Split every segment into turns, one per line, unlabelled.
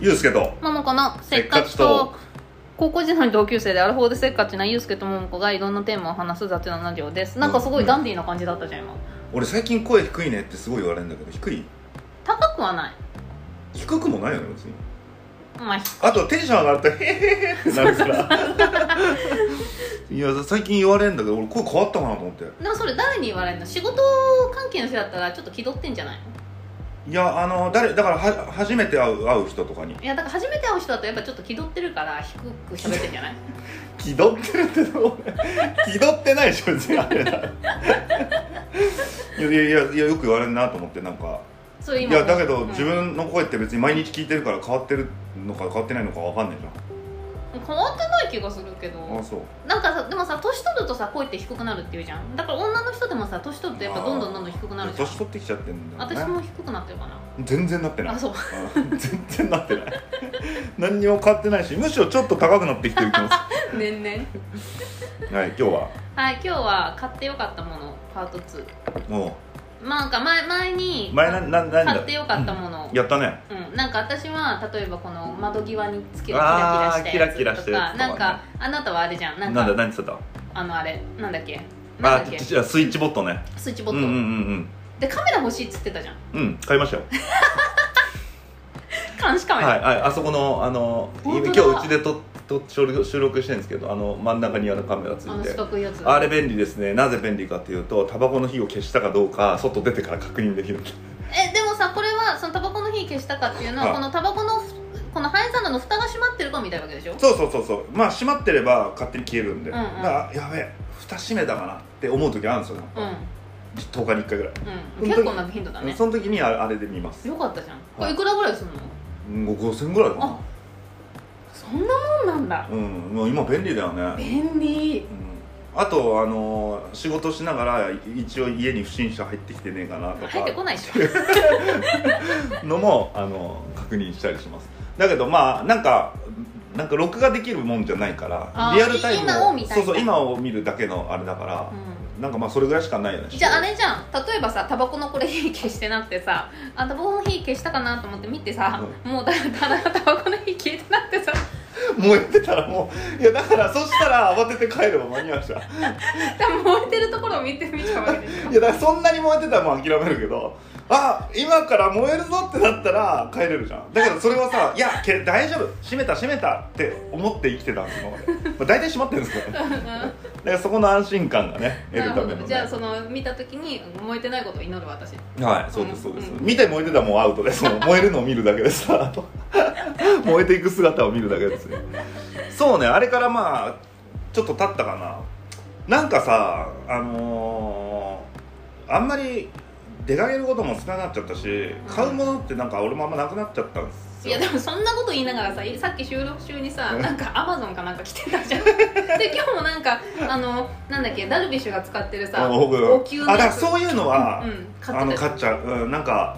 ゆうすけと
ももこのせ
せ
っ
っ
か
か
ち
ち
と
と
高校時代の同級生でアラフォーでせっかちなゆうすけとももこがいろんなテーマを話す雑談ラジオですなんかすごいダンディーな感じだったじゃん今
俺最近声低いねってすごい言われるんだけど低い
高くはない
低くもないよね別に
まあ
あとテンション上がると「へへへ」ってなるからいや最近言われるんだけど俺声変わったかなと思って
でもそれ誰に言われるの仕事関係の人だったらちょっと気取ってんじゃないの
いやあの誰だからは初めて会う会う人とかに
いやだから初めて会う人だとやっぱちょっと気取ってるから低く喋ってんじゃない
「気取ってる」ってどう 気取ってないでしょ別にあれだいやいやいやいやよく言われるなと思ってなんか
それ
い
今
やだけど
うん
自分の声って別に毎日聞いてるから変わってるのか変わってないのかわかんないじゃ
変わってない気がするけど
んあそう
なんかさでもさ年取るとさ声って低くなるっていうじゃんだから女の人でもさ年取るとやっぱどんどんどんどん低くなるじゃん
年取ってきちゃってんだよね
私も低くなってるかな
全然なってない
あそう
うん全然なってない何にも変わってないしむしろちょっと高くなってきてる気もす
年々
るはい今日は
はい今日は買ってよかったものパート2
も
まあなんか前前に
う前なな何だ
買ってよかったもの
やったね
うん、なんか私は例えばこの窓際につける
あー
キラキラし
キラキラした
たやつとか
やつとかね
なんかあなたはあれじゃんな
なんん
か
だ何つってた
あのあれなんだっけな
あ
んだっけ
じゃあスイッチボットね
スイッチボッ
う
ト、
んうんうん
でカメラ欲しいっつってたじゃん
うんうん買いましたよ
監視カメラ、
はい、はい、あそこのあの
本当
今
だ
日うちでとと収録収録してるんですけどあの真ん中にあるカメラつ
あ
い
の四
て
角いやつ
あれ便利ですねなぜ便利かというとタバコの火を消したかどうか外出てから確認できる
えでもさこれはそのタバコの火消したかっていうのは、
はい
このタバコのふこの灰皿の蓋が閉まってるかみたいなわけでしょ
そうそうそうそうまあ閉まってれば勝手に消えるんで、
うんうん
だからやべえ蓋閉めたかなって思う時あるんですよ、
うん、
10日に1回ぐらい、
うん、結構な頻度だね
その時にああれで見ます
よかったじゃんこ
は
れ
い
いくらぐらいする
も
の
う5000ぐらいか
あそんなもんなんだ
なうんもう今便利だよね、
便利
うん、あとあのー仕事しながらい一応家に不審者入ってきてねえかなと
入ってこ
か
ないでしょ
のもあのー確認したりしますだけどまあなんかなんか録画できるもんじゃないから
あー
リアルタイム
今を見たい
そうそう今を見るだけのあれだから、なんかまあそれぐらいしかないよね
じゃああれじゃん例えばさタバコのこれ火消してなくてさあタバコの火消したかなと思って見てさ、もうだただタバコの火消えてなくてさ
燃えてたらもういやだからそしたら慌てて帰れば間に合うじゃんい
でも燃えてるところを見て見ちゃうわけでし ょ
やだからそんなに燃えてたらもう諦めるけどあ今から燃えるぞってなったら帰れるじゃんだけどそれはさ「いやけ大丈夫閉めた閉めた」って思って生きてたんです今まで、まあ、大体閉まってるんですけどねだからそこの安心感がね得
な
る
る
た
ほ
め
ど
の、ね、
じゃあその見た時に燃えてないことを祈る私
はいそうですそうです、
うん
見て燃えてたらもうアウト ですもう燃えるのを見るだけですさ 燃えていく姿を見るだけですねそうねあれからまあちょっと経ったかななんかさあのーあんまり出かけることも少なくなっちゃったし買うものってなんか俺もあんまなくなっちゃったんです
い
よ
やでもそんなこと言いながらささっき収録中にさ
うん
なんかアマゾンかなんか来てたじゃん で今日もなんかあのなんだっけダルビッシュが使ってるさ
あの僕
お給の
あだから
やつ
そういうのは、
うん
あ
買っ
の
てた
買っちゃう、うん、なんか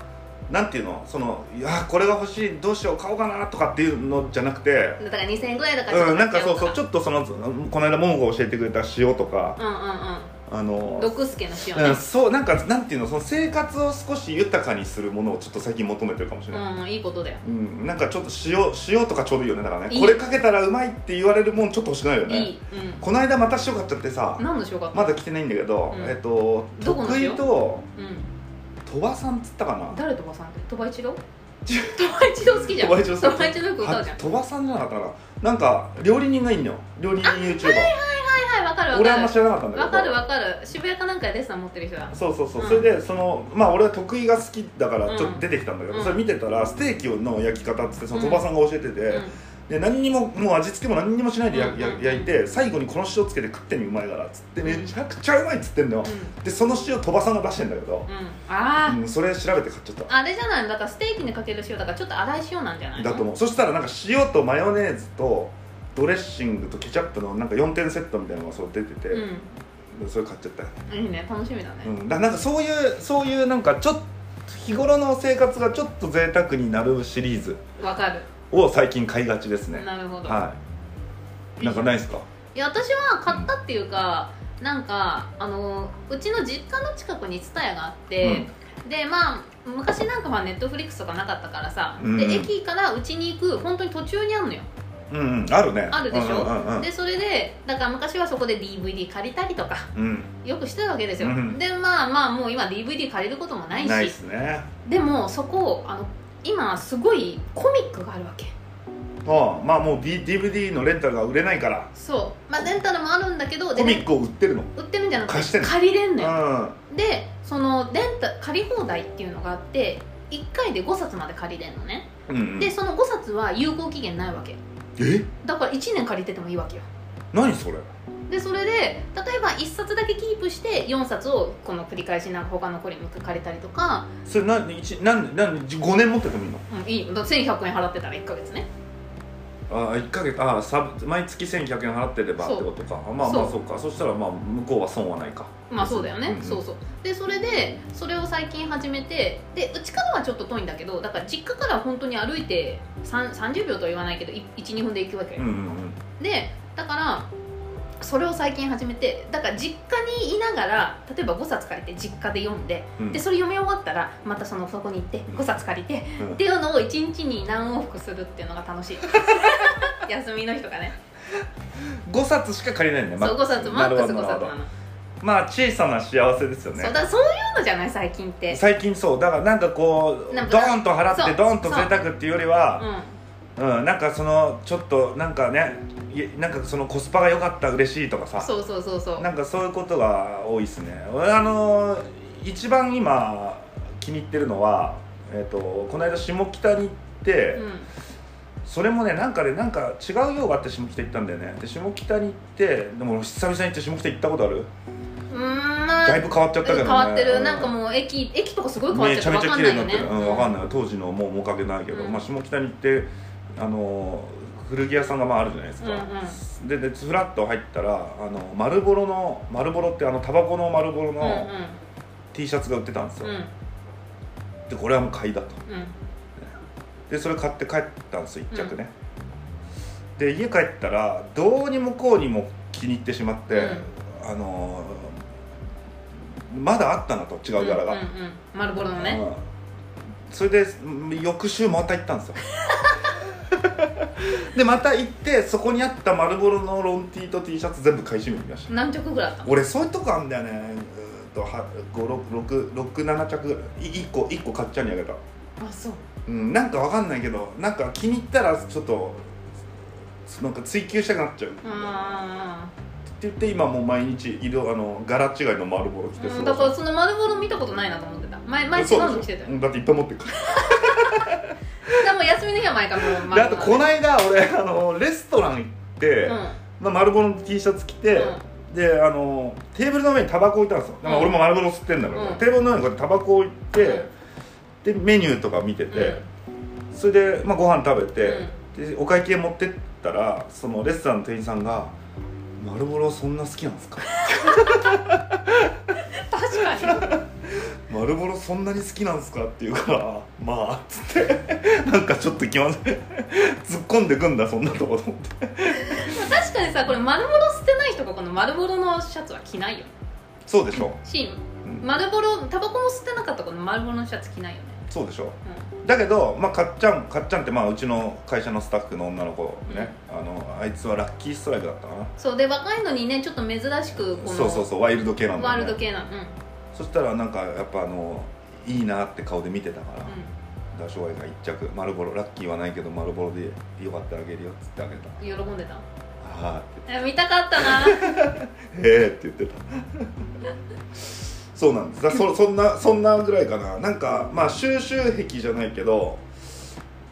なんていうのそのいやこれが欲しいどうしよう買おうかなとかっていうのじゃなくて
だから2000円ぐらいだから
うん、なんかそうそうち
ょっ
ょっとそのこの間ももが教えてくれた塩とか
と、うんうん
あ
うん
の
毒助の塩
うん、
ね
そうなんかなんていうのその生活を少し豊かにするものをちょっと最近求めてるかもしれ
う
ない、
ん、いいことだよ
うんなんかちょっと塩塩とかちょうどいいよねだからね
いい
これかけたらうまいって言われるもんちょっと欲しくないよ
い
ね
い、う
この間また塩買っちゃってさ
ん、何の塩かった
まだ来てないんだけど、
うん
えっと
どこの
得
塩
意と
うん
鳥羽さんっつったかな
誰とばさんって鳥羽一郎鳥羽一郎好きじゃん
鳥羽一郎さん
鳥羽一郎よく歌うじゃん
あ鳥羽さんじゃなかったかななんか料理人がいんのよ料理人 YouTuber、
はいわかるわ
俺はあん
か
ま知らなかったんだ
る
けど
わかるわかる渋谷かなんかでレッスン持ってる人だ
そうそうそう、
うん
それでそのまあ俺は得意が好きだか
うん
らちょっと出てきたんだけど、
うん
それ見てたらステーキの焼き方っつってその
うん
鳥羽さんが教えてて、
うん
で何にももう味付けも何にもしないでや、
うん
や焼いて最後にこの塩つけて食ってみうまいからっつってめちゃくちゃうまいっつってんのよ、でその塩鳥羽さんが出してんだけど
う、ん、うん、ああ、
うん、それ調べて買っちゃった
あれじゃないのだからステーキにかける塩だからちょっと粗い塩なんじゃないの
だと思うそしたらなんか塩とマヨネーズとドレッシングとケチャップのなんか4点セットみたいなのがそう出てて、でそれ買っちゃったよ
うんいいね楽しみだね、
うん、だからなんかそういうそういうなんかちょっと日頃の生活がちょっと贅沢になるシリーズ
わかる
を最近買いがちですね
なるほど、
はいなんかないですか
いや私は買ったっていうか、なんかあのうちの実家の近くに蔦屋があって、でまあ昔なんかはネットフリックスとかなかったからさ、
うん
で駅からうちに行く本当に途中にあるのよ
うんうんあるね
あるでしょ、
うんうんうん
でそれでだから昔はそこで DVD 借りたりとか
うん
よくしてたわけですよ、
うん
でまあまあもう今 DVD 借りることもないし
ないっすね
でもそこあの今すごいコミックがあるわけ
ああまあもう D- DVD のレンタルが売れないから
そうまあレンタルもあるんだけど
コ
で
ミ
ね
ックを売ってるの
売ってるんじゃなく
貸してんの
借りれん
う
のよ
ん
でそのレンタ借り放題っていうのがあって1回で5冊まで借りれんのね
うんうん
でその5冊は有効期限ないわけ
え
だから1年借りててもいいわけよ
何それ
でそれで例えば1冊だけキープして4冊をこの繰り返しなんか他のコリム借りたりとか、
それ何一何何5年持っててもいいの
うん、いいよだから1100円払ってたら1ヶ月ね
ああ1ヶ月ああサブ毎月1100円払ってればってことかあまあまあ
そ
そっかそしたらまあ向こうは損はないか
まあそうだよね、
うんうん
そうそうでそれでそれを最近始めてでうちからはちょっと遠いんだけどだから実家から本当に歩いて3 30秒とは言わないけど12分で行くわけ
うん
よ、
うん
でだからそれを最近始めてだから実家にいながら例えば5冊借りて実家で読んで
うんうん
でそれ読み終わったらまたそのそこに行って5冊借りて
うん
っていうのを1日に何往復するっていうのが楽 しい休みの日とかね
5冊しか借りないんだよ
そう5冊マックス5冊
なるほど
なの
まあ小さな幸せですよ
そう
ね
だそういうのじゃない最近って
最近そうだからなんかこう
なん
ド
か
ーンと払っ
そ
て
う
ドーンと贅沢っていうよりは
うん
うん、なんかそのちょっとなんかねいなんかそのコスパが良かった嬉しいとかさ
そうそうそうそう
なんかそういうことが多いですね俺あのー一番今気に入ってるのは、えっとこの間下北に行って、
うん
それもねなんかねなんか違う用があって下北行ったんだよねで下北に行ってでも俺久々に行って下北行ったことある
うーんまあ
だいぶ変わっちゃったけどね
変わってるなんか
う
もう駅駅とかすごい変わっ
め
ち
ち
ゃ
ゃ
って
め
わ
ちゃ綺
かんな
麗
い
に
よ
なっ
ね
てる、うん、わかん
い
ない当時のもう面影ないけど、
うん
まあ、下北に行ってあのー古着屋さんがまああるじゃないですか、ででフラッと入ったらあの丸ボロの丸ボロってあのタバコの丸ボロ
うんうん
の T シャツが売ってたんですよ、
うん
でこれはもう買いだと
うん
でそれ買って帰ったんですよ一着ね、で家帰ったらどうにもこうにも気に入ってしまって、あのーまだあったなと違う柄が、
うんうんうん丸ボロのね
うんそれでうん翌週また行った んですよでまた行ってそこにあった丸ボロのロン T と T シャツ全部買い占めてきました
何曲ぐらいあったの
俺そういうとこあんだよねうーんとは5667着ぐらい1個一個買っちゃうにあげた、
あそう
うん、なんかわかんないけどなんか気に入ったらちょっとなんか追求したくなっちゃうって
あ
言って今もう毎日色あの柄違いの丸ボロ着て
あだからその丸ボロ見たことないなと思ってた前前違うの着てたよ
よだっていっぱい持ってくる
でも休みの日は前からもう
であとこ
ない
ないだ俺あのレストラン行って、
うん
まあ、丸ボロの T シャツ着て、であのテーブルの上にタバコ置いたんですよ、まあ
うん
俺も丸ボロ吸ってんだから、
うん
テーブルの上にこうやってタバコ置いて、
うん
でメニューとか見て
うん
て、それで、まあ、ご飯食べて、でお会計持ってったらそのレストランの店員さんが「丸ボロそんな好きなんですか?
確かに」
丸ボロそんなに好きなんですか?」って言うから「まあ」っつってなんかちょっと気まずい突っ込んでくんだそんなとこと思って
確かにさこれ丸ボロ捨てない人がこの丸ボロのシャツは着ないよ
そうでしょ、
し
うん
丸ボロタバコも捨てなかったこの丸ボロのシャツ着ないよね
そうでしょだけど、まあ、かっちゃんかっちゃんって、まあ、うちの会社のスタッフの女の子ね、あのあいつはラッキーストライクだったかな
そうで若いのにねちょっと珍しくこの
そうそうそうワイルド系なんだ
ワー
よ
ルド
ね
系なうんうん
そしたらなんかやっぱあのいいなって顔で見てたから、だから翔平が一着丸ボロラッキーはないけど丸ボロでよかったらあげるよっつってあげた
喜んでた
ああ
え見たかっ たな
へえって言ってたそうなんですだそ そんなそんなぐらいかななんかまあ収集癖じゃないけど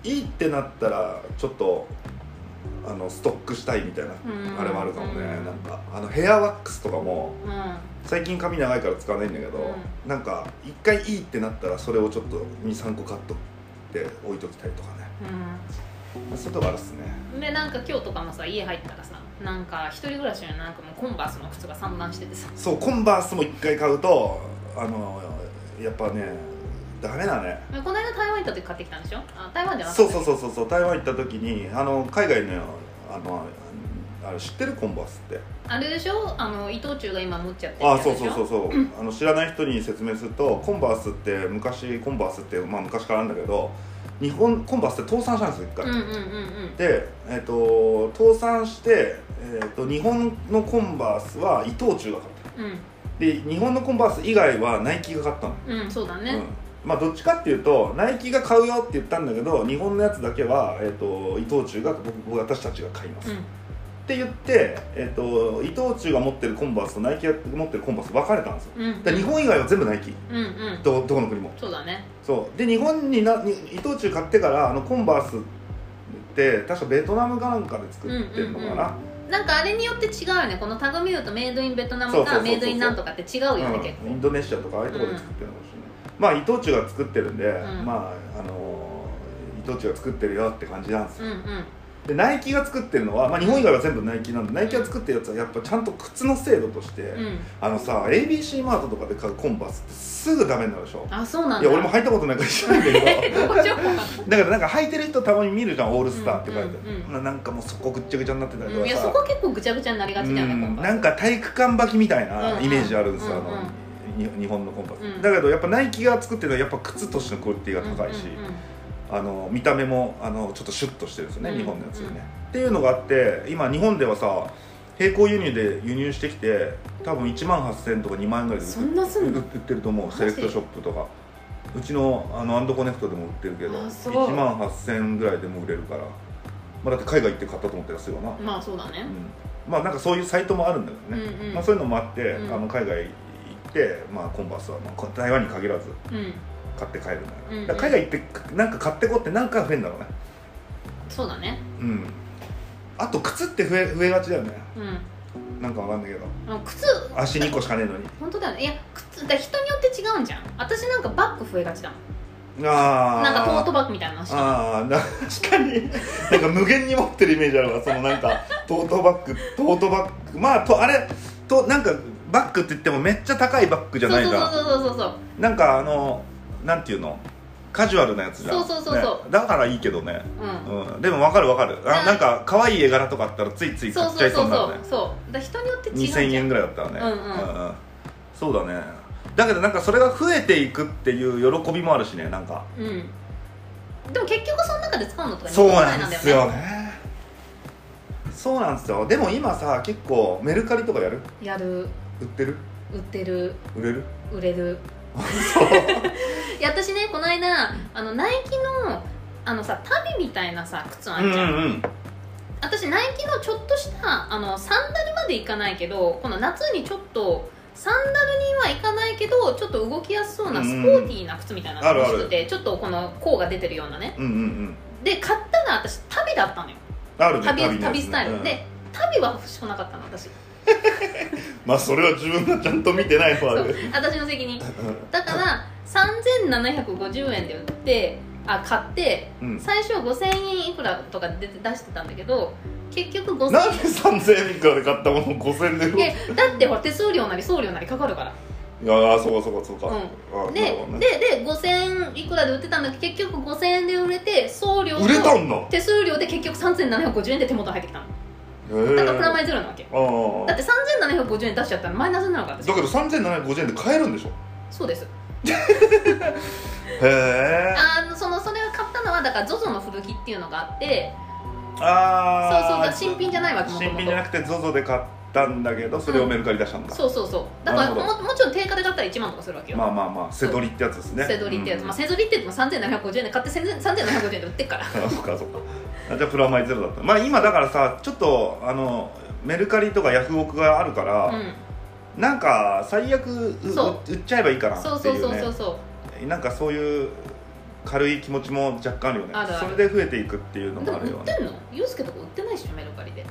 いいってなったらちょっとあのストックしたいみたいな
うん
あれはあるかもね
うん
なんかあのヘアワックスとかも
うん
最近髪長いから使わないんだけど、
う
なんか一回いいってなったらそれをちょっと23個カットって置いときたいとかねそういうとこあるっすね
うんでなんか今日とかもさ家入ったらさなんか一人暮らしのなんかもうコンバースの靴が散乱しててさ
そうコンバースも一回買うとあのやっぱねダメだね
えこの間台湾行った時買ってきたんでしょあ台湾じゃなかった
そうそうそうそうそう台湾行った時にあの海外のあのああれ知ってるコンバースって
あれでしょあの伊藤忠が今持っちゃってる
あ
や
あ
つ
そう
でしょ
そうそうそうあの知らない人に説明するとコンバースって昔コンバースってまあ昔からあるんだけど日本コンバースって倒産したんですよ一回、
うんうんうんうん
で、えっと倒産して、えっと日本のコンバースは伊藤忠が買ったで日本のコンバース以外はナイキが買ったの、
うんうんそうだね、
うん、まあどっちかっていうとナイキが買うよって言ったんだけど日本のやつだけは、えっと伊藤忠が僕僕私たちが買います、
う
っ
ん
て言って、えっと伊藤忠が持ってるコンバースとナイキが持ってるコンバース分かれたんですよ
うん
だから日本以外は全部ナイキ
うんうん
どどこの国も
そうだね
そうで日本になに伊藤忠買ってからあのコンバースって確かベトナムかなんかで作ってるのかな、
なんかあれによって違うよねこのタグ見るとメイドインベトナ
そ
ム
うそうそうそう
かメイドインなんとかって違うよね結
うんインドネシアとかああいうところで作ってるのかもしれない、まあ伊藤忠が作ってるんで、
ん
まああのー伊藤忠が作ってるよって感じなんです
構
よ、
うんうん
でナイキが作ってるのは、まあ、日本以外は全部ナイキなんでナイキが作ってるやつはやっぱちゃんと靴の精度として、
うん
あのさ ABC マートとかで買うコンバースってすぐダメになるでしょ
あそうなんだ
いや俺も履いたことないから知らないんだけど
こっちは
だからなんか履いてる人たまに見るじゃんオールスターって書いてある、
うんうんうん
ななんかもうそこぐっちゃぐちゃになってたりと
う
かさ、
んいやそこ結構ぐちゃぐちゃになりがちだよね、
うん
今回
なんか体育館履きみたいなイメージあるんですよ、
うんうん
あのに日本のコンパス、
うん
だけどやっぱナイキが作ってるのはやっぱ靴としてのクオリティが高いし、
うんうんうん
あの見た目もあのちょっとシュッとしてるんですよね、
うん
日本のやつよね、っていうのがあって今日本ではさ並行輸入で輸入してきて多分1万8000とか2万円ぐらいで売っ
そんなすんの
売ってると思う
マジ
セレクトショップとかうちのあのアンドコネクトでも売ってるけど
あそう
1万8000ぐらいでも売れるから、まあ、だって海外行って買ったと思ったらすよな、
まあそうだね
うんまあなんかそういうサイトもあるんだけどね、
うんうん
まあ、そういうのもあって、
うん
あの海外行って、まあ、コンバースは、まあこ、台湾に限らず
うん
買って帰るんだよ、
うんうん
だから海外行ってなんか買ってこうって何回増えんだろうね
そうだね
うんあと靴って増え増えがちだよね
うん
なんかわかんないけど
あの靴
足2個しかねえのに
本当だよねいや靴だから人によって違うんじゃん私なんかバッグ増えがちだもん
ああ
なんかトートバッグみたいなのし
あーな確かになんか無限に持ってるイメージあるわそのなんかトートバッグトートバッグまあとあれとなんかバッグって言ってもめっちゃ高いバッグじゃないから
そうそうそうそうそう
なんかあのなんていうのカジュアルなやつじゃん
そうそうそうそう
ねだからいいけどね、
そううん
うん、でもわかるわかるあ
うん
なんか可愛い絵柄とかあったらついつい買
そう
っちゃ
そう
いそう
そう
に
そ
な
う
るね
そうだから人によって違う
2000
じゃん
円ぐらいだったらね、
うんうん
んそうだねだけどなんかそれが増えていくっていう喜びもあるしねなんか
うんでも結局その中で使うのとか
そう
日
なん
本ぐらい
ですよねそうなんですよでも今さ結構メルカリとかやる
やる
売ってる
売ってる
売れる
売れる いや私ねこの間あのナイキのあのさ旅みたいなさ靴あ
うん
ん
う
じゃん、
んうん
私ナイキのちょっとしたあのサンダルまでいかないけどこの夏にちょっとサンダルにはいかないけどちょっと動きやすそうなスポーティーな靴みたいなのが欲しくて、ちょっとこの甲が出てるようなね
うんうんうん
で買ったのは私旅だったのよ
あるね
旅旅,、
のやつね
スタイル、
うん
で旅は欲しくなかったの私
まあそれは自分がちゃんと見てない方
そ
で
う私の責任
う
だから3750円で売ってあ買って
ん
最初5000円いくらとかで出て出してたんだけど結局5000
なんで3000円いくらで買ったものを5000円で売る
円えだってほら手数料なり送料なりかかるから
いやあそうかそうかそうか、
う
あ
んで,、
なるほどね
でで5000いくらで売ってたんだけど結局5000円で売れて送料と
売れたんだへ
手数料で結局3750円で手元に入ってきたの
え
だからプラマ
イ
イゼロなわけ
ああ
だって3750円出しちゃったらマイナスになるから私
だけど3750円で買えるんでしょ
そうです
へえ
あのそのそれを買ったのはだから ZOZO の古着っていうのがあって
ああ
そうそう新品じゃないわけ元
新
々
品じゃなくて ZOZO で買ったんだけどそれをメルカリ出したんだ、
そうそうそうだから
なるほ
ももちろん定価で買ったら1万とかするわけよ、
まあまあまあ背取りってやつですね
せどりってやつ、
うん
まあ、せどりって言っても3750円で買って3000 3750円で売ってっから
あそっかそっかあじゃあプラマイゼロだったまあ今だからさちょっとあのメルカリとかヤフオクがあるから、
うん
なんか最悪う
そう
売っちゃえばいいかな
そう
って
そ
いうう
そう
ね
そうそう
なんかそういう軽い気持ちも若干あるよね
あるある
それで増えていくっていうの
で
も
も
あ
売
るよ
っ
ね
てんのユうスケとか売ってないっしょメルカリで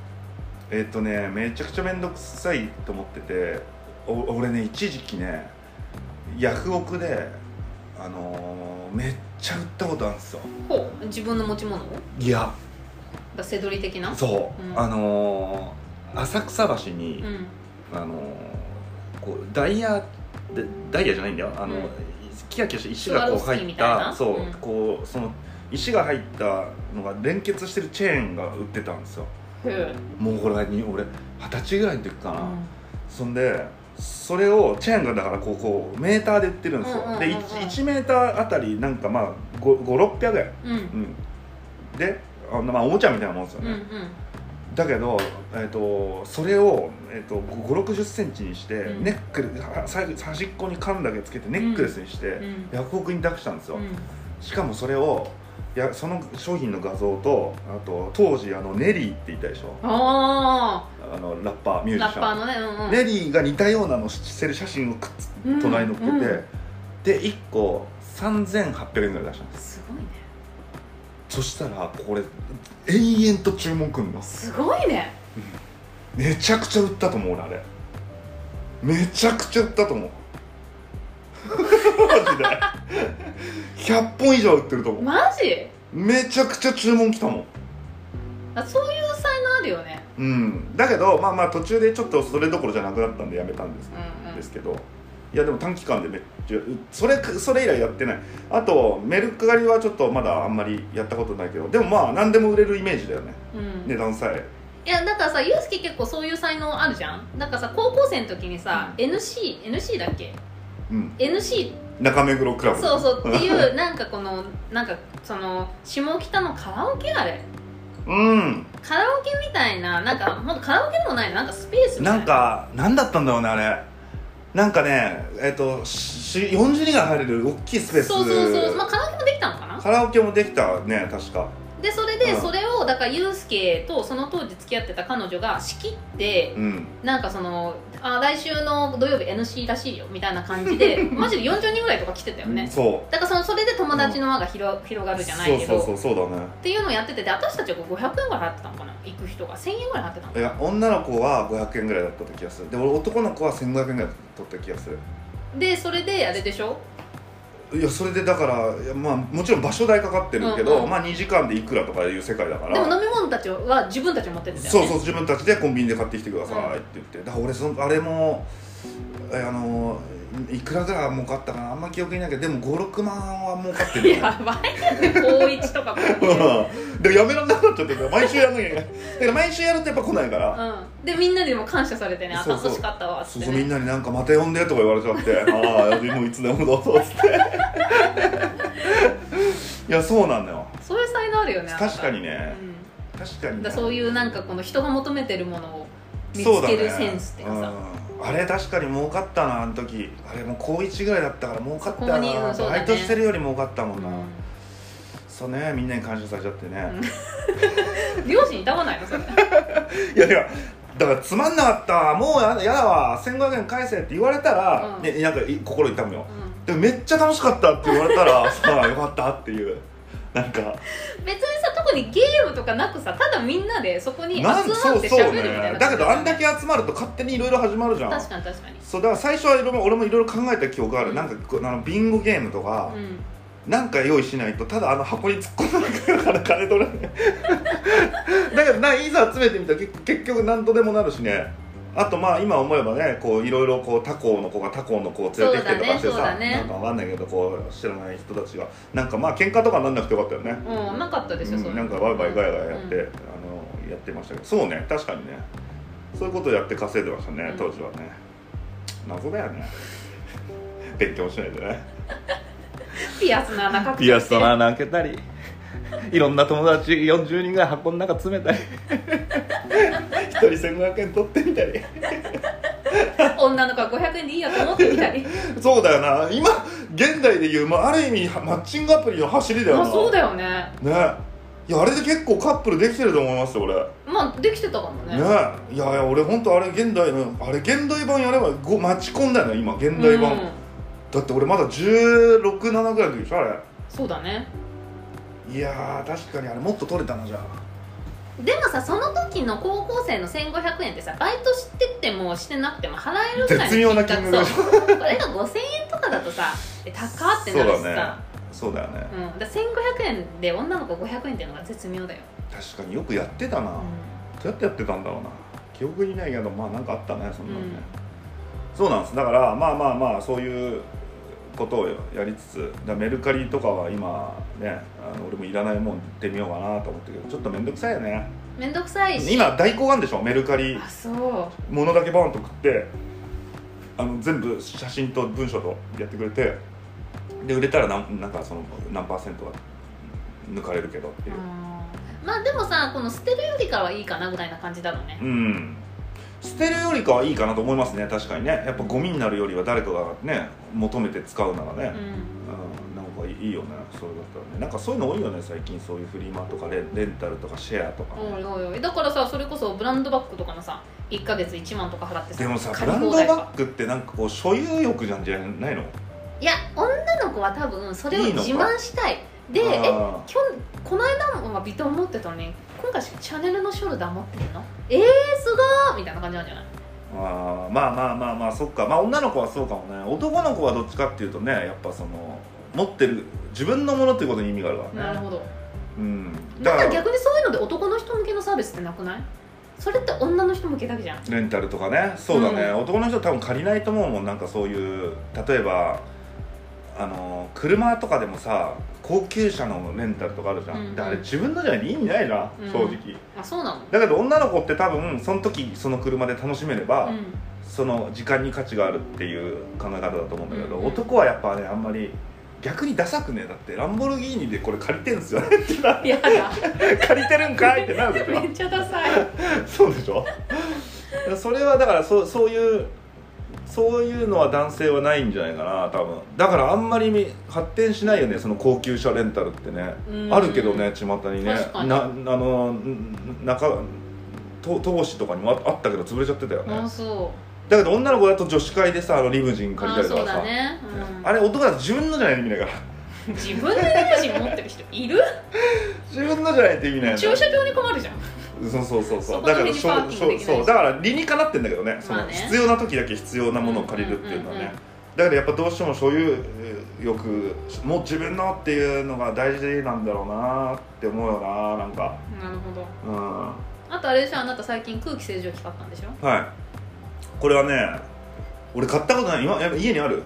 えっとねめちゃくちゃ面倒くさいと思っててお俺ね一時期ねヤフオクであのーめっちゃ売ったことあるんですよ
ほう自分の持ち物を
いや
だせどり的な
そう、
うん
あのー浅草橋に、
うん
あのーこうダイヤでダイヤじゃないんだよあの、
うん
キラキラした石がこう
スワロフスキー
入っ
みたい
た
な
そう、
うん
こうその石が入ったのが連結してるチェーンが売ってたんですよ
へ
もうこれに俺二十歳ぐらいの時か
え
な、そんでそれをチェーンがだからこうこうメーターで売ってるんですよ、
うんうんうんうん
で 1, メーターあたりなんかまあ5600円、
うん
うん、であのまあおもちゃみたいなもんですよ
うん
ね、
うん
だけど、えー、とそれを、えー、と5 6 0センチにして、
うん
ネックレは最後端っこに缶だけつけてネックレスにして、
うん
ヤフオクに託したんですよ、
うん
しかもそれをいやその商品の画像とあと当時あのネリーっていたでしょ
あ
あのラッパーミュ
ー
ージシャ
ラ
ン
ッパーのねうんうん
ネリーが似たようなのしてる写真をくっつ
うん
隣に乗っけて、
うん
で1個3800円ぐらい出したんです
すごいね
そしたらこれ延々と注文くんの
すごいね
めちゃくちゃ売ったと思う俺あれめちゃくちゃ売ったと思う マジで100本以上売ってると思う
マジ
めちゃくちゃ注文来たもん
あそういう才能あるよね
うんだけどまあまあ途中でちょっとそれどころじゃなくなったんでやめたんです
うんうん
ですけどいやでも短期間でめっちゃそれそれ以来やってないあとメルカリはちょっとまだあんまりやったことないけどでもまあ何でも売れるイメージだよね
うん
値段さえ
いやだからさユースケ結構そういう才能あるじゃんだからさ高校生の時にさ、NC NC だっけ
うん
NC
中目黒クラブ
そうそうっていうなんかこのなんかその下北のカラオケあれ
うん
カラオケみたいななんかもうカラオケでもないのなんかスペースみた
な
いなん
か何だったんだろうねあれなんかねえっ、とし40人が入れる大きいスペース
そうそうそう、まあ、カラオケもできたのかな
カラオケもできたね確か
でそれ
う
で
ん
それをだからユースケとその当時付き合ってた彼女が仕切って
うん
なんかそのあ来週の土曜日 NC らしいよみたいな感じ でマジで40人ぐらいとか来てたよね
そう
だからそのそれで友達の輪が広広がるじゃないけ
そ
ど
うそうそうそうだね
っていうのをやっててで私たちはこう500円ぐらい払ってたのかな行く人が1000円ぐらい払ってたの
いや女の子は500円ぐらいだった気がするで俺男の子は1500円ぐらい取った気がする
でそれであれでしょ
いやそれでだからいやまあもちろん場所代かかってるけど、
うんうん
まあ2時間でいくらとかいう世界だから
でも飲み物たちは自分たち持ってるんだよ
そ
ね
うそう自分たちでコンビニで買ってきてくださいって言って、だから俺そのあれもえあのいくらぐらい儲かったかなあんま記憶にないけどでも56万は儲かってるよね
やばいよね高一とか高二
うんでもやめらんなくなっちゃってるから毎週やんなきゃいけないだから毎週やるとやっぱ来ないから、
うん、でみんなにも感謝されてね「あ
そうそう
楽しかったわ」っ
そ
つっ
う
て
そうみん
ね
なになんかまた呼んでとか言われちゃってああもういつでもどうぞっつっていやそうなんだよ
そういう才能あるよね
確かに
あな
ね
たうん
確かに、ね、
だからそういうなんかこの人が求めてるものを見
そう
つ
だ
け
ね
るセンスっていうかさ、
うんあれ確かに儲かったなあの時あれもう高1ぐらいだったから儲かったな、
高二うんそうだね
バイトしてるより儲かったもんな、
う
そうねみんなに感謝されちゃってね、
ん両親いたわないのそれ
いやいやだからつまんなかったわもうややだわ1500円返せって言われたら、
うん
ね、なんかい心痛むよ
う
でもめっちゃ楽しかったって言われたら さあよかったっていうなんか
ん別にさ特にゲームとかなくさただみんなでそこに集ま
な
っ
んそう
て
そ
しゃ
う
べるみたい
ね
な
だけどあんだ
け
け集まると勝手にいろいろ始まるじゃん
確かに確かに
そうだから最初はいろいろ俺もいろいろ考えた記憶がある、
うん
なんかこうあのビンゴゲームとか、
うん
なんか用意しないとただあの箱に突っ込んでくるから金取れないだけどないざ集めてみたら結結局何とでもなるしねあとまあ今思えばねこういろいろこう他校の子が他校の子を連れてきてとかして
そ
さ、
うだねそうだね
なんかわかんないけどこう知らない人たちがなんかまあ喧嘩とかなんなくてよかったよね、
うんなかったですよ、そ
うん
れ
なんかワイワイガヤガヤやって、
う
あのやってましたけどそうね確かにねそういうことやって稼いでましたね、
うん
当時はね謎だよね勉強しないでね
ピアスの穴隠して
ピアスの穴開けたりいろんな友達40人ぐらい箱の中詰めたり一人1500円取ってみたり
女の子は500円でいいやと思ってみたり
そうだよな今現代でいう、まあ、ある意味はマッチングアプリの走りだよ
ま
な
あそうだよね
ねいやあれで結構カップルできてると思いますよ俺ね
まあできてたかもね
いやいや俺本当あれ現代のあれ現代版やればご待ち込んだよね今現代版、
うん
だって俺まだ167ぐらいの時でしょあれ
そうだね
いやー確かにあれもっと取れたなじゃあ
でもさその時の高校生の1500円ってさバイトしててもしてなくても払えるぐらいの
絶妙な金額
そうこれが5000円とかだとさえ高っってなるし
そうだ
さ
ねそうだよね、
う、ん、だから1500円で女の子500円っていうのが絶妙だよ、
確かによくやってたな、
う
どうや
ん
ってやってたんだろうな記憶にないけどまあなんかあったねそんなのね、
うん
そうなんですだからまあまあまあそういうことをやりつつだメルカリとかは今ねあの俺もいらないもん売ってみようかなと思ってるけどちょっと面倒くさいよね
面倒くさいし
今大考案でしょメルカリ
あそ
物だけバーンと食ってあの全部写真と文章とやってくれてで売れたらなんなんかその何パーセントは抜かれるけどって
う
いう
うんまあでもさこの捨てるよりかはいいかなぐらいな感じだろうね
うん捨てるよりかはいいかなと思いますね確かにねやっぱゴミになるよりは誰かがね求めて使うならね、
う
う
ん
ん、なんかいいよねそれだったらねなんかそういうの多いよね最近そういうフリマとかレンレンタルとかシェアとか、
おいおいおいだからさそれこそブランドバッグとかのさ1か月1万とか払ってさ
でもさブ
買い
ランド
放題
バッグってなんかこう所有欲じゃんじゃないの
いや女の子は多分それを
いいのか
自慢したいでえ今
あ
日この間もまあビトン持ってたのに今回シャネルのショルダー持ってるのえー、すごーみたいな感じなんじゃない
ーあーまあまあまあまあそっかまあ女の子はそうかもね男の子はどっちかっていうとねやっぱその持ってる自分のものっていうことに意味があるから
なる
ね
ほど
うんだ
なん
か
から逆にそういうので男の人向けのサービスってなくないそれって女の人向けだけじゃん
レンタルとかねそうだね、
うん
男の人多分借りないと思うもんなんかそういう例えばあの車とかでもさ高級車のレンタルとかあるじゃん、
うんうん
であれ自分のじゃないと意味ないな、
うん
正直
あそうなの
だけど女の子って多分その時その車で楽しめれば、
うん
その時間に価値があるっていう考え方だと思うんだけど、
うんうん
男はやっぱねあんまり逆にダサくねだってランボルギーニでこれ借りてるんですよね
やだ
借りてるんかいってなるでしょ
めっちゃダサい
そうでしょそれはだからそうそういうそういうのは男性はないんじゃないかな多分だからあんまりみ発展しないよねその高級車レンタルってね
うん
あるけどね巷にね
確かに
なあのん中と投資とかにもああったけど潰れちゃってたよね
あそう
だけど女の子だと女子会でさあのリムジン借りた
あ
りとか
そう
さ
だね、うん、
あれ男だと自分のじゃないと意味ないから
自分でレジ持ってる人い る
自分のじゃないと意味ないの
駐車場に困るじゃん
そうそうそう
そ
そう
こ
だから
のミニパーキングできないし
そうだから理にかなってんだけどねそ
ま
の
あね
必要な時だけ必要なものを借りるっていうのはね、
うんうんうん
だからやっぱどうしても所有欲もう自分のっていうのが大事なんだろうなって思うよななんか
なるほど
うんは
あとあれでしょあなた最近空気清浄機買ったんでしょ
いこれはね俺買ったことない今やっぱ家にある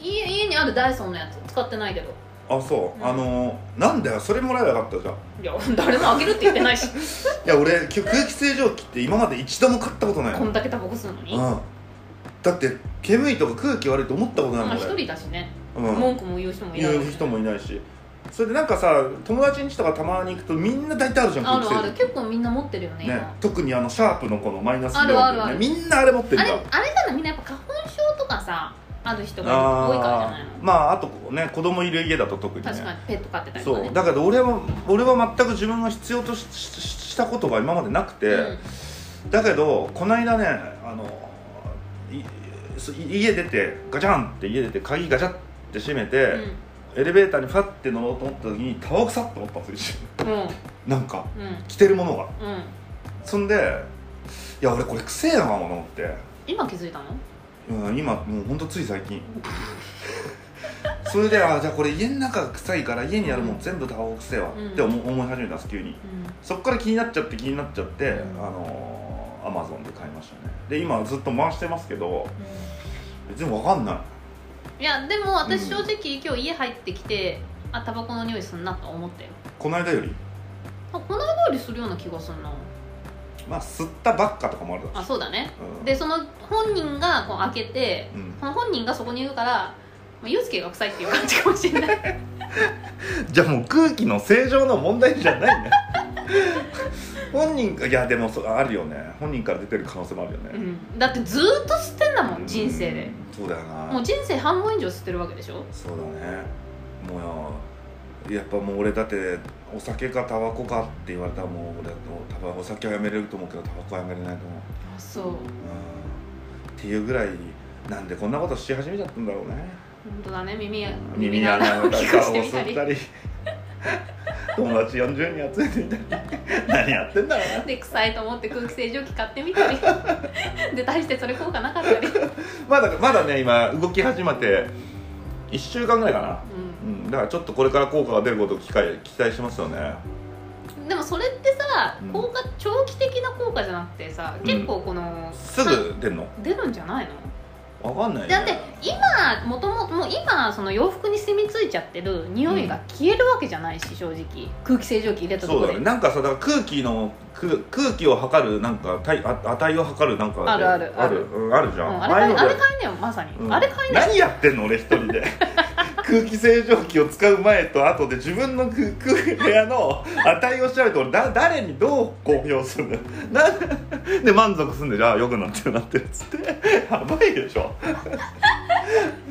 家家にあるダイソンのやつ使ってないけど
あそう、
うん
あのなんだよそれもらえばよかったじゃん
いや誰もあげるって言ってない し
いや俺きゅ空気清浄機って今まで一度も買ったことないの
こんだけタバコ吸うのに、
うんだって煙いとか空気悪いと思ったことないも
まあ
ん俺
一人だしね、
うん
文句も言う人もいない、
言う人もいないしそれでなんかさ友達ん家とかたまに行くとみんな大体あるじゃん
あるあ
空
る
気
結構みんな持ってるよね
清浄機ね
今
特にあのシャープのこのマイナス
あるあるある
みんなあれ持ってる
あ
ん
れ
だ
あれじゃないみんなやっぱ花粉症とかさある人が多いからじゃない
あーまああとね子供いる家だと特にね
の確かにペット飼ってたりとか
そ
ね
うだけど俺は俺は全く自分が必要としししたことが今までなくて、
うん
だけどこの間ねあのいそ家出てガチャンって家出て鍵ガチャって閉めて、エレベーターにファッて乗ろうと思った時にタバコさって思ったんですよ
うんうん
一瞬なんか
うん
着てるものが
うん
そんでいや俺これくせえなかもと思って、
今気づいたの
うん、今もうほんとつい最近 それであじゃあこれ家の中臭いから家にあるもん全部タバコくせえわって思,、思い始めたんです急に
う
そっから気になっちゃって気になっちゃって、
うん
あのアマゾンで買いましたねで今ずっと回してますけど
ん、うん
別にわかんない
いやでも私正直今日家入ってきて、あタバコの匂いすんなと思ったよ
この間より
あこの間よりするような気がするな
まあ吸ったばっかとかもあるだ
あ
ろ
そうだね
うし
でその本人がこう開けて
うん、
その本人がそこにいるからまあユースケが臭いっていう感じかもしれない
じゃあもう空気の正常の問題じゃないね本人がいやでもそうあるよね本人から出てる可能性もあるよ
う
ね、
ん、だってずーっと吸ってんだもん人生で
うんそうだよな
もう人生半分以上吸ってるわけでしょ
そうだねもうやっぱもう俺だってお酒かタバコかって言われたらもう俺多分お酒はやめれると思うけどタバコはやめれないと思う、
あそう
うん、っていうぐらいなんでこんなことし始めちゃったんだろうね
本当だね耳
耳
耳
の
の
穴
穴
を大
を
き
大き
く
くしてみた
吸っ
り
たり 友達40人集めてみたり何やってんだろうね
で臭いと思って空気清浄機買ってみた りで大してそれ効果なかったり、う
まだまだね今動き始めて1週間ぐらいかな、
ん
うん、だからちょっとこれから効果が出ることを期待期待しますよね
でもそれってさ
うん
効果、長期的な効果じゃなくてさ
うん
結構この、
すぐ出るの
出るんじゃないの
わかんないね
だって今もともともう今その洋服に染みついちゃってる匂いが消えるわけじゃないし、正直空気清浄機入れたと
そ
こ
う
ろ
だ
で
ねなんかさだから空気の空空気を測るなんか体あ値を測るなんか
あるある
あるうんあるじゃん、
うん、あれ買い
前
あれ
の
買えねえよまさに、
うん
あれ買えねえよ
何やってんの俺一人 で空気清浄機を使う前と後で自分の空空部屋の値を調べて俺だ誰にどう公表するのなんで満足すんでじゃあよくなってるなってるっつってやばいでしょ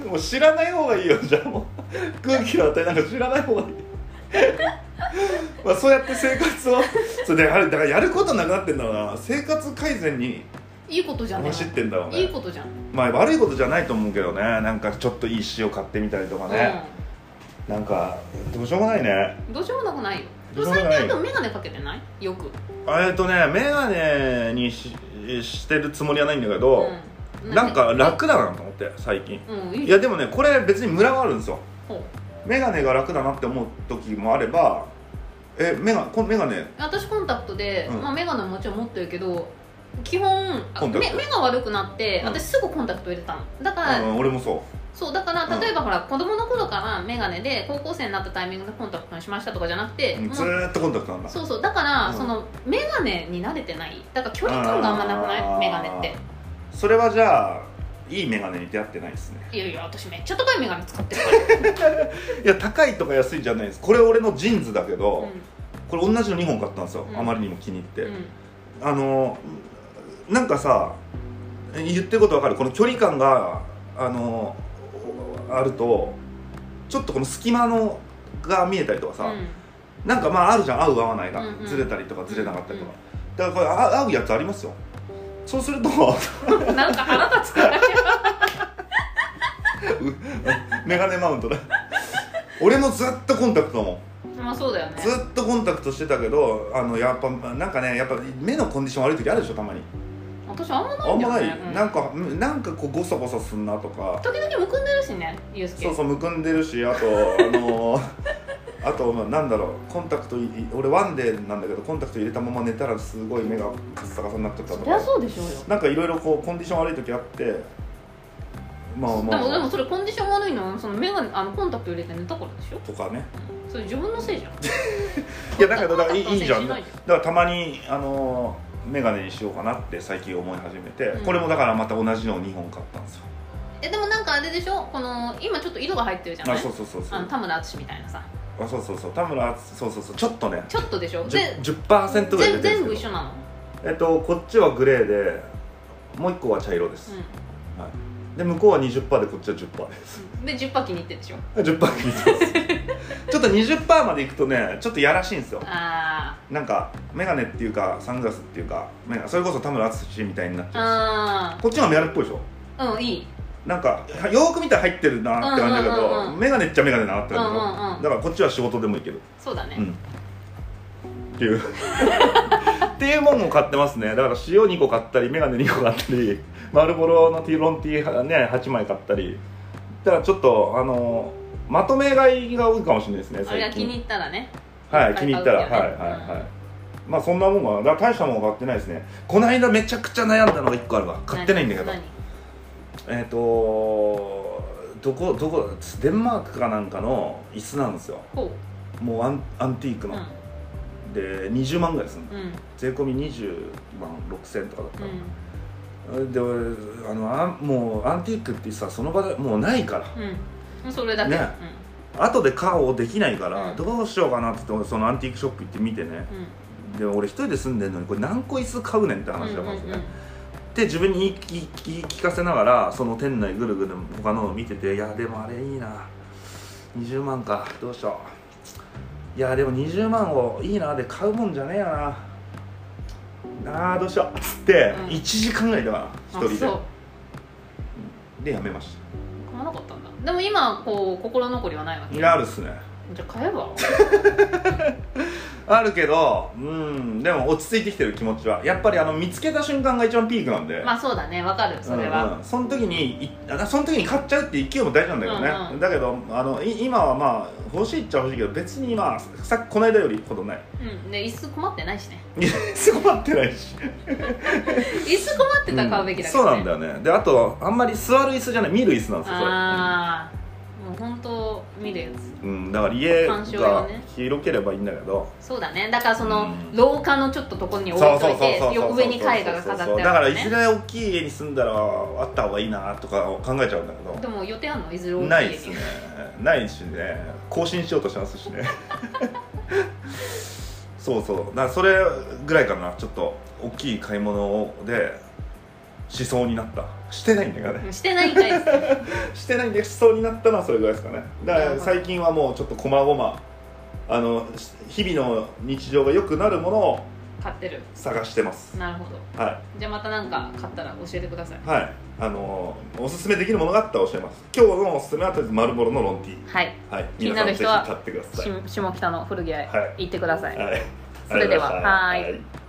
もう知らない方がいいよじゃあもう空気の値なんか知らない方がいいまあそうやって生活をそれであれだからやることなくなってんだろうな生活改善に
いいことじゃね
走ってんだろうね
いいことじゃん、
まあ悪いことじゃないと思うけどねなんかちょっといい塩買ってみたりとかね、なんかでもしょうがないね
うんどうしようもなくないよ
どうしようも
最
ない
近でも眼鏡かけてないよく、
えっとね眼鏡にししてるつもりはないんだけど、
う
なんか楽だなと思って最近
うんいい
いやでもねこれ別にムラがあるんですよ
ほう
眼鏡が楽だなって思う時もあればえ眼鏡この眼鏡
私コンタクトで、
うん
まあ、眼鏡ももちろん持ってるけど基本
コンタク
目
ト
目が悪くなって、
うん
私すぐコンタクト入れたのだから、
うん、俺もそう
そうだか
う
ら
ん
例えばほら、子供の頃から眼鏡で高校生になったタイミングでコンタクトにしましたとかじゃなくて、
うん
もう
ずーっとコンタクトなんだ
そうそうだから、
うん
その眼鏡に慣れてないだから距離感があんまなくない
あー
眼鏡って
それはじゃあいい眼鏡に出会ってないですね
いやいや私めっちゃ高い眼鏡使ってるか
いや高いとか安いじゃないですこれ俺のジーンズだけど、
ら、うん
これ同じの2本買ったんですよ、
うん
あまりにも気に入って、
うん
あのなんかさ言ってることわかるこの距離感があのあるとちょっとこの隙間のが見えたりとかさ、
うん
なんかまああるじゃん合う合わないが、
うんうん
ずれたりとかずれなかったりとか
う、
だからこれあ合うやつありますよそうすると
なんか腹立つから
メガネマウントだ俺もずっとコンタクトだもん
まあそうだよね
ずっとコンタクトしてたけどあのやっぱなんかねやっぱ目のコンディション悪い時あるでしょたまに
私あんまな
あ
い
ん
んだ
ま
よ
ない、
ねうん
なんかうんなんかこうゴソゴソすんなとか
時々むくんでるしねゆうすけ
そうそうむくんでるしあとあの ーあとまあなんだろうコンタクトい俺ワンデーなんだけどコンタクト入れたまま寝たらすごい目がカッサカサになっちゃったと
りゃ
か
そうでしょうよ
なんかいろいろこうコンディション悪い時あってまあ
で
まあ、
もで
ま
も
あ、
それコンディション悪いのはそのメガネあのコンタクト入れて寝たからでしょ
とかね
それ自分のせいじゃん
いやだけどだからい
コ
いいい
ンタクトのせ
じゃん
し
だ
な
か
いじ
らたまにあのー眼鏡にしようかなって最近思い始めて、
うん
これもだからまた同じのを2本買ったんですよ
えでもなんかあれでしょこの今ちょっと色が入ってるじゃない
あそうそうそうそう
あの田村淳みたいなさ
あそうそうそう田村敦そうそうそうちょっとね
ちょっとでしょで
10 10%ぐらい出てる
全全
ん
部
です
一
け
緒
ど
なの、
えっとこっちはグレーでもう一個は茶色です、で向こうは20%でこっちは10%です
うん、で10パー気に入ってるでしょ
10%効いてます ちょっと20%までいくとねちょっとやらしいんですよ
あ
なんか眼鏡っていうかサングラスっていうか眼鏡それこそ田村淳みたいになっ
ー
ちゃうんで
あ
すこっちの方がメガネっぽいでしょ
ーうんいい
なんかよーく見たら入ってるなって感じだけ
うんうんうん
ど
うん
眼鏡っちゃ眼鏡だなって感じだけど
うんうんうん
だからこっちは仕事でもいける
そうだね、
うんっていうっていうもんも買ってますねだから塩2個買ったり眼鏡2個買ったり丸ボロのティロンティー、ね、8枚買ったりだからちょっとあのまとめ買いが多いかもしれないですね
あれが
最
気に
近
入ったらね
はい気に入ったら、
買う
はい
よね
はいはいまあそんなもんはだから大したもんは買ってないですねこの間めちゃくちゃ悩んだのが1個あるわ買ってないんだけど
何
えっ、とどこどこデンマークかなんかの椅子なんですよ
ほ
もうアンアンティーク
うう
の、
ん
で20万ぐらいするの
うん
税込み20万6000とかだった
う
の、
ん
で俺あのあもうアンティークってさその場でもうないから
うんそれだけ、
ね後で買おうできないから、
うん
どうしようかなって言ってそのアンティークショップ行って見てね
うんうん
で俺一人で住んでんのにこれ何個椅子買うねんって話だったんですね、
うんうんうん
で自分に言い言い言い聞かせながらその店内ぐるぐる他のを見てていやでもあれいいな20万かどうしよういやでも20万をいいなで買うもんじゃねえよななあどうしようっつって
うん
1時間ぐらいだから1
あ
人
そう
ででやめまし
買わなかったんだでも今こう心残りはないわ
た
け
いやあるっすね
じゃあ買えば
あるけどうんでも落ち着いてきてる気持ちはやっぱりあの見つけた瞬間が一番ピークなんで、
まあそうだねわかるそれ
うん
は
うんその時にいあその時に買っちゃうって勢いも大事なんだけどね、
うんうん
だけどあのい今はまあ欲しいっちゃ欲しいけど別にまあさこの間よりほど ない
うんで椅子困ってないしね
困ってないし
椅子困ってたら買うべきだけ
そ
ど、
う
ね
なんだよねであとあんまり座る椅子じゃない見る椅子なんですよそれ
ああもう本当見るやつ
うん、だから家
鑑賞用
が
ね
広ければいいんだけど、
そうだねだからその、
うん
廊下のちょっととこに置いといてよ上に絵画が飾って
だか
あ
ら
る
いず
ね
れ大きい家に住んだらあった方がいいなとか考えちゃうんだ
で
け
も予定あるのいずれ
ど
大きい
ないですねないしね更新しようとしますし ねそうそうだからそれぐらいかなちょっと大きい買い物でしそうになったしてないんだけどね
うんしてないんかいですね
してないんでしそうになったのはそれぐらいですかねだから最近はもうちょっとこまごまあのし日々の日常が良くなるものを
買ってる
探してます
なるほど
は
じゃあまた何か買ったら教えてください
いはいあのーおすすめできるものがあったら教えます今日のおすすめはとりあえず丸ボロのロンティ
はい
ーはい
気に
皆さん
なる
ぜひ
人
買
は
ってください
し下北の古着屋へ
はい
行ってください、
はい
それでは
ありがとうございました
はーい
はい